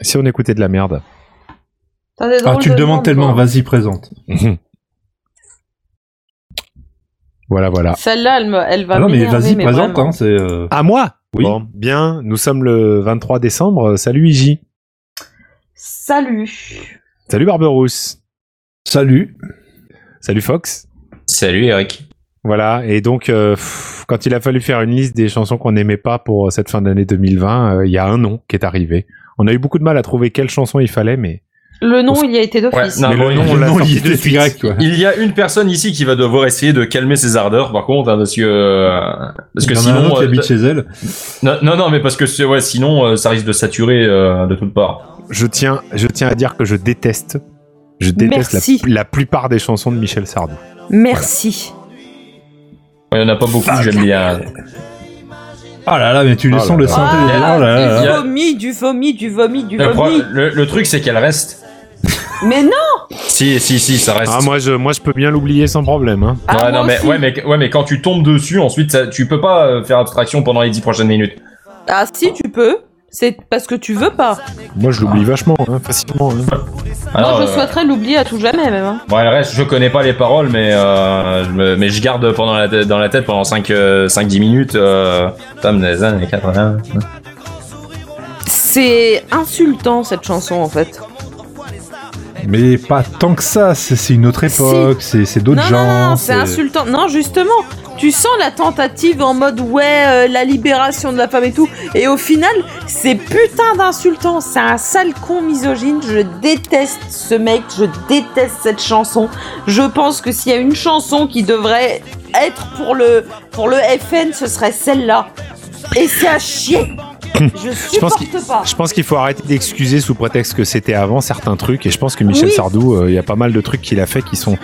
Si on écoutait de la merde. T'as des Ah, drôles tu le de demandes noms, tellement, toi. vas-y, présente. voilà, voilà. Celle-là, elle, me- elle va Ah non, mais m'énerver, vas-y, présente, vraiment. hein, c'est. euh, À moi Oui. Bon, bien, nous sommes le 23 décembre. Salut Iji. Salut. Salut Barberousse. Salut. Salut Fox. Salut Eric. Voilà, et donc euh, pff, quand il a fallu faire une liste des chansons qu'on n'aimait pas pour cette fin d'année 2020, euh, il y a un nom qui est arrivé. On a eu beaucoup de mal à trouver quelle chanson il fallait, mais Le nom, il y a été d'office. Ouais, non. Ah, mais bon, le il nom y a on le l'a nom, sorti il était de suite. direct, quoi. Il y a une personne ici qui va devoir essayer de calmer ses ardeurs, par contre, hein, parce que euh, parce Il que y en a un sinon, autre qui euh, habite chez elle. non, non, non, mais parce que c'est- ouais, sinon, euh, ça risque de saturer euh, de toutes parts. Je tiens, je tiens à dire que je déteste, je déteste la, Merci. la plupart des chansons de Michel Sardou. Merci. Il y en a pas beaucoup. J'aime bien. Ah là là, mais tu lui Ah sens là le là. synthé. Oh là là il y là. du a- vomi, du vomi, du Le, pro- le- le truc, c'est qu'elle reste. Mais non Si, si, si, ça reste. Ah moi je, moi je peux bien l'oublier sans problème. Hein. Ah, ouais, non, moi mais, aussi. ouais, mais, ouais, mais quand tu tombes dessus, ensuite, ça- tu peux pas euh, faire abstraction pendant les 10 prochaines minutes. Ah si, tu peux. C'est parce que tu veux pas. Moi je l'oublie vachement, hein, facilement. hein. Ah, Alors, Moi, je euh, souhaiterais l'oublier à tout jamais, même. hein. Bon, le reste, je connais pas les paroles, mais, euh, je, me- mais je garde pendant la tête- dans la tête pendant 5-10 minutes. Euh, Tom des années 80. C'est insultant, cette chanson, en fait. Ah, Mais pas tant que ça, c'est c'est une autre Si. époque, c'est c'est Non, d'autres gens. non, non, non, c'est insultant. Non, justement, tu sens la tentative en mode, ouais, euh, la libération de la femme et tout. Et au final, c'est putain d'insultant. C'est un sale con misogyne. Je déteste ce mec. Je déteste cette chanson. Je pense que s'il y a une chanson qui devrait être pour le, pour le FN, ce serait celle-là. Et c'est à chier. Je pense supporte pas. Je pense qu'il faut arrêter d'excuser sous prétexte que c'était avant certains trucs. Et je pense que Michel Oui. Sardou, euh, il y a pas mal de trucs qu'il a fait qui sont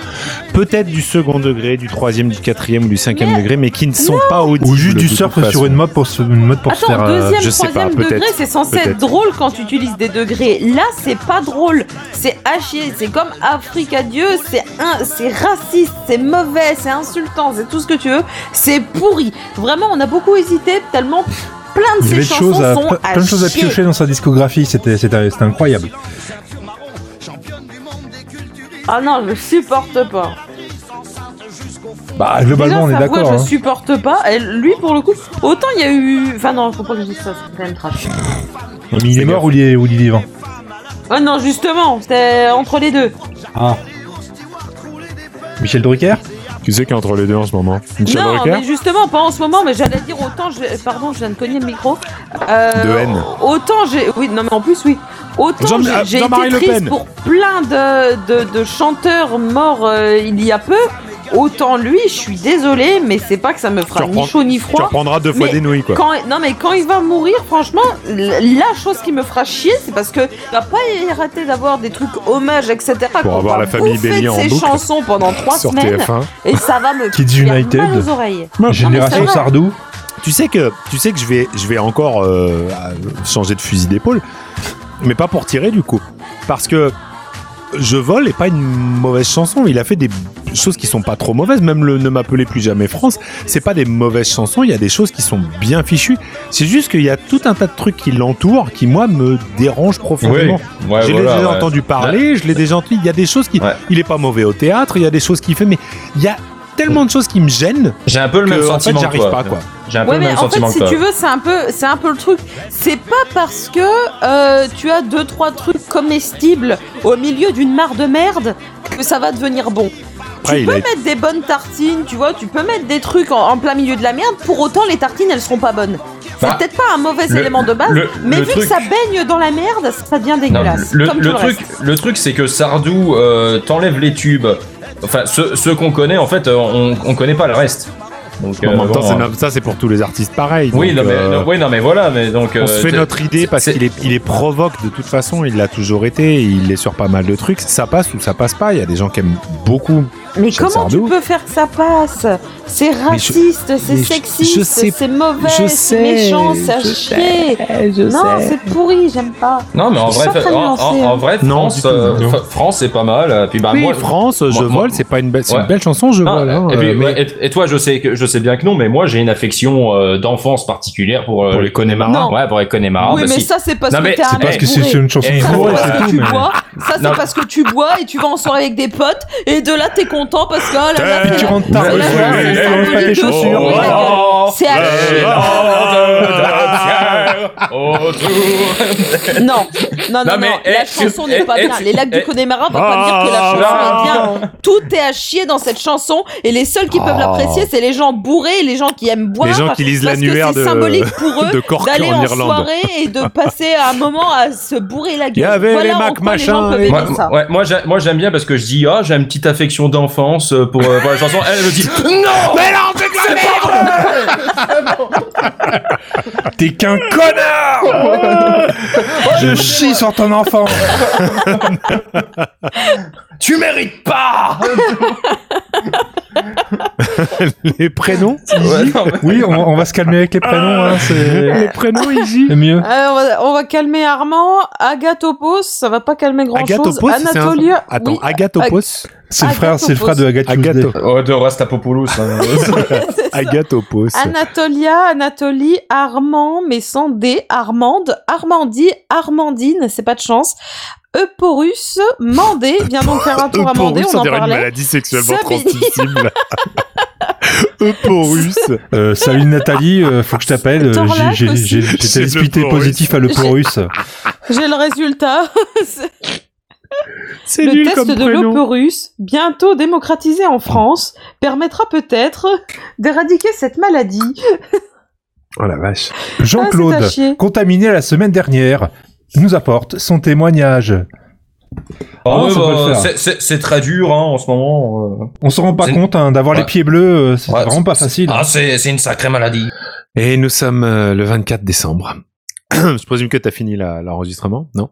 peut-être du second degré, du troisième, du quatrième ou du cinquième Mais- degré, mais qui ne sont pas audibles. Ou juste du de surf toute façon. sur une mode pour se, une mode pour se Attends, faire. euh, deuxième, je sais pas, troisième peut-être, degré, c'est censé peut-être. être drôle quand tu utilises des degrés. Là, c'est pas drôle. C'est haché. C'est comme Afrique à Dieu. C'est un, c'est raciste. C'est mauvais. C'est insultant. C'est tout ce que tu veux. C'est pourri. Vraiment, on a beaucoup hésité tellement plein de Il y ces avait de chansons choses à, sont ple- plein de choses à chier. piocher dans sa discographie, c'était c'était- c'était incroyable. Ah non, je supporte pas. Bah, globalement, on Déjà, est sa voix, d'accord. je hein. supporte pas. Et lui, pour le coup, autant il y a eu. Enfin, non, faut pas que je dise ça, c'est quand même trash. Mais il est mort ou il est, ou il est vivant Oh non, justement, c'était entre les deux. Ah. Michel Drucker Ah, Tu sais qu'il y a entre les deux en ce moment. Michel non, Drucker mais justement, pas en ce moment, mais j'allais dire autant. Je... Pardon, je viens de cogner le micro. Euh, De haine. Autant j'ai. Oui, non, mais en plus, oui. Autant Jean- j'ai- euh, j'ai Jean-Marie été Le triste Pen. pour plein de, de, de chanteurs morts euh, il y a peu. Autant lui, je suis désolée, mais c'est pas que ça me fera ni reprends- chaud ni Tu froid. reprendras deux fois Mais des nouilles, quoi. Quand, non mais quand il va mourir, franchement, l- la chose qui me fera chier, c'est parce que il va pas arrêter d'avoir des trucs hommages, etc. Pour qu'on avoir va la famille bouffer de Bélier en ses boucle. chansons pendant trois Sur semaines TF1. et ça va me Kids faire United. mal aux oreilles. Génération vrai. Sardou Tu sais que, tu sais que je vais, je vais encore euh, changer de fusil d'épaule, mais pas pour tirer du coup, parce que je vole est pas une mauvaise chanson. Il a fait des choses qui sont pas trop mauvaises. Même le Ne m'appelez plus jamais France, c'est pas des mauvaises chansons. Il y a des choses qui sont bien fichues. C'est juste qu'il y a tout un tas de trucs qui l'entourent qui moi me dérangent profondément. Ouais, je l'ai voilà, déjà ouais. entendu parler, je l'ai déjà entendu. Il y a des choses qui, Ouais. il est pas mauvais au théâtre. Il y a des choses qu'il fait, mais il y a tellement de choses qui me gênent J'ai un peu le même que en fait sentiment que j'arrive toi. pas quoi. J'ai un peu Ouais, le mais même en fait, sentiment si que toi. tu veux, c'est un peu, c'est un peu le truc. C'est pas parce que euh, tu as deux trois trucs comestibles au milieu d'une mare de merde que ça va devenir bon. Après, tu il peux a- mettre des bonnes tartines, tu vois, tu peux mettre des trucs en, en plein milieu de la merde. Pour autant, les tartines, elles seront pas bonnes. C'est Bah, peut-être pas un mauvais le- élément de base, le- mais le vu que truc- ça baigne dans la merde, ça devient Non, dégueulasse. le, comme le tout le truc, reste. le truc, c'est que Sardou euh, t'enlève les tubes. Enfin, ceux, ceux qu'on connaît, en fait, euh, on, on connaît pas le reste. Donc, En euh, même temps, bon, c'est hein. no- ça c'est pour tous les artistes pareil. Oui, donc, non, mais, euh, non, oui, non, mais voilà, mais donc. euh, on se fait notre idée parce c'est- qu'il est, il est provoque de toute façon, il l'a toujours été, il est sur pas mal de trucs. Ça passe ou ça passe pas. Il y a des gens qui aiment beaucoup. Mais Michel comment Sardou. tu peux faire que ça passe C'est je- raciste, c'est mais je- je sais- sexiste, c'est mauvais, je c'est sais, méchant, c'est à je chier. non, c'est pourri, j'aime pas. Non, mais en Je vrai, suis pas très en, en- nuancée, en hein. vrai, Non, France, du tout, euh, non. Fr- France, c'est pas mal. Puis bah oui, moi, France, je moi- vole, c'est pas une belle, c'est Ouais. une belle chanson, je Ah, vole. hein, et, puis, euh, mais- ouais, et- et toi, je sais que je je sais bien que non, mais moi j'ai une affection euh, d'enfance particulière pour, euh, Pour les Connemara Non. Ouais, pour les Connemara. oui, bah, mais si. ça, c'est parce Non, que mais t'es un c'est mec Parce que c'est Ah, bourré. une chanson Eh, de Ça, Ouais, bourré, c'est parce c'est que tout. tu mais- bois, ça Non. c'est parce que tu bois et tu vas en soirée avec des potes et de là t'es content parce que oh là là, Et c'est tu la- rentres c'est tard la- le c'est soir, la- et tu c'est enlèves pas la- tes c'est la- Oh, chaussures. c'est la- C'est Oh, à- Oh, Non, non, non, Non, mais, non, la eh, chanson tu- n'est pas eh, bien. tu- Les lacs du eh, Connemara, on va pas dire que Ah, la chanson est bien. Tout est à chier dans cette chanson et les seuls qui peuvent Oh. l'apprécier, c'est les gens bourrés et les gens qui aiment boire. Les gens qui lisent parce que l'annuaire c'est de- symbolique pour eux de Corcu d'aller en en, Irlande. soirée et de passer un moment à se bourrer la gueule. Il y avait voilà les en Mac quoi les gens machin, peuvent les- aimer Moi, ça. ouais, moi, j'ai- moi, j'aime bien parce que je dis ah j'ai une petite affection d'enfance euh, pour, euh, pour la chanson elle me dit non Mais non, c'est que la merde T'es qu'un connard Je chie sur ton enfant tu mérites pas Les prénoms Ouais, non, mais- Oui, on, on va se calmer avec les prénoms, hein, c'est Les prénoms, Iji c'est mieux. Euh, on, va, on va calmer Armand. Agatopos, ça va pas calmer grand chose. Agatopos, c'est un... Anatolia. Attends, oui, Agatopos C'est le frère, c'est le frère de Agathe Agathe. Tuesday. Oh, de Rastapopoulos Oh, hein. c'est ça. Agatopos. Anatolia, Anatolie, Armand, mais sans D, Armande, Armandie, Armandine, c'est pas de chance. Euporus, Mandé, viens donc faire E un tour à Mandé, Euporus, on en dirait une parlait. maladie sexuellement Sabine. transmissible. E Euporus. Euh, salut Nathalie, euh, faut que je t'appelle. euh, Torlac j'ai- aussi. Ah, j'ai- j'ai- C'est J'étais le disputé porus. positif à le porus. J'ai le résultat. C'est C'est le test de l'Euporus, bientôt démocratisé en France, permettra peut-être d'éradiquer cette maladie. Oh la vache. Ah, c'est à Jean-Claude, chier. contaminé la semaine dernière, nous apporte son témoignage. Ah ouais, ça peut le bah, faire. c'est- c'est c'est très dur hein, en ce moment euh. On se rend pas C'est- compte hein, d'avoir Ouais. les pieds bleus, euh, c'est Ouais, vraiment pas facile. ah c'est c'est une sacrée maladie Et nous sommes euh, le 24 décembre. Je présume que t'as fini la- l'enregistrement, non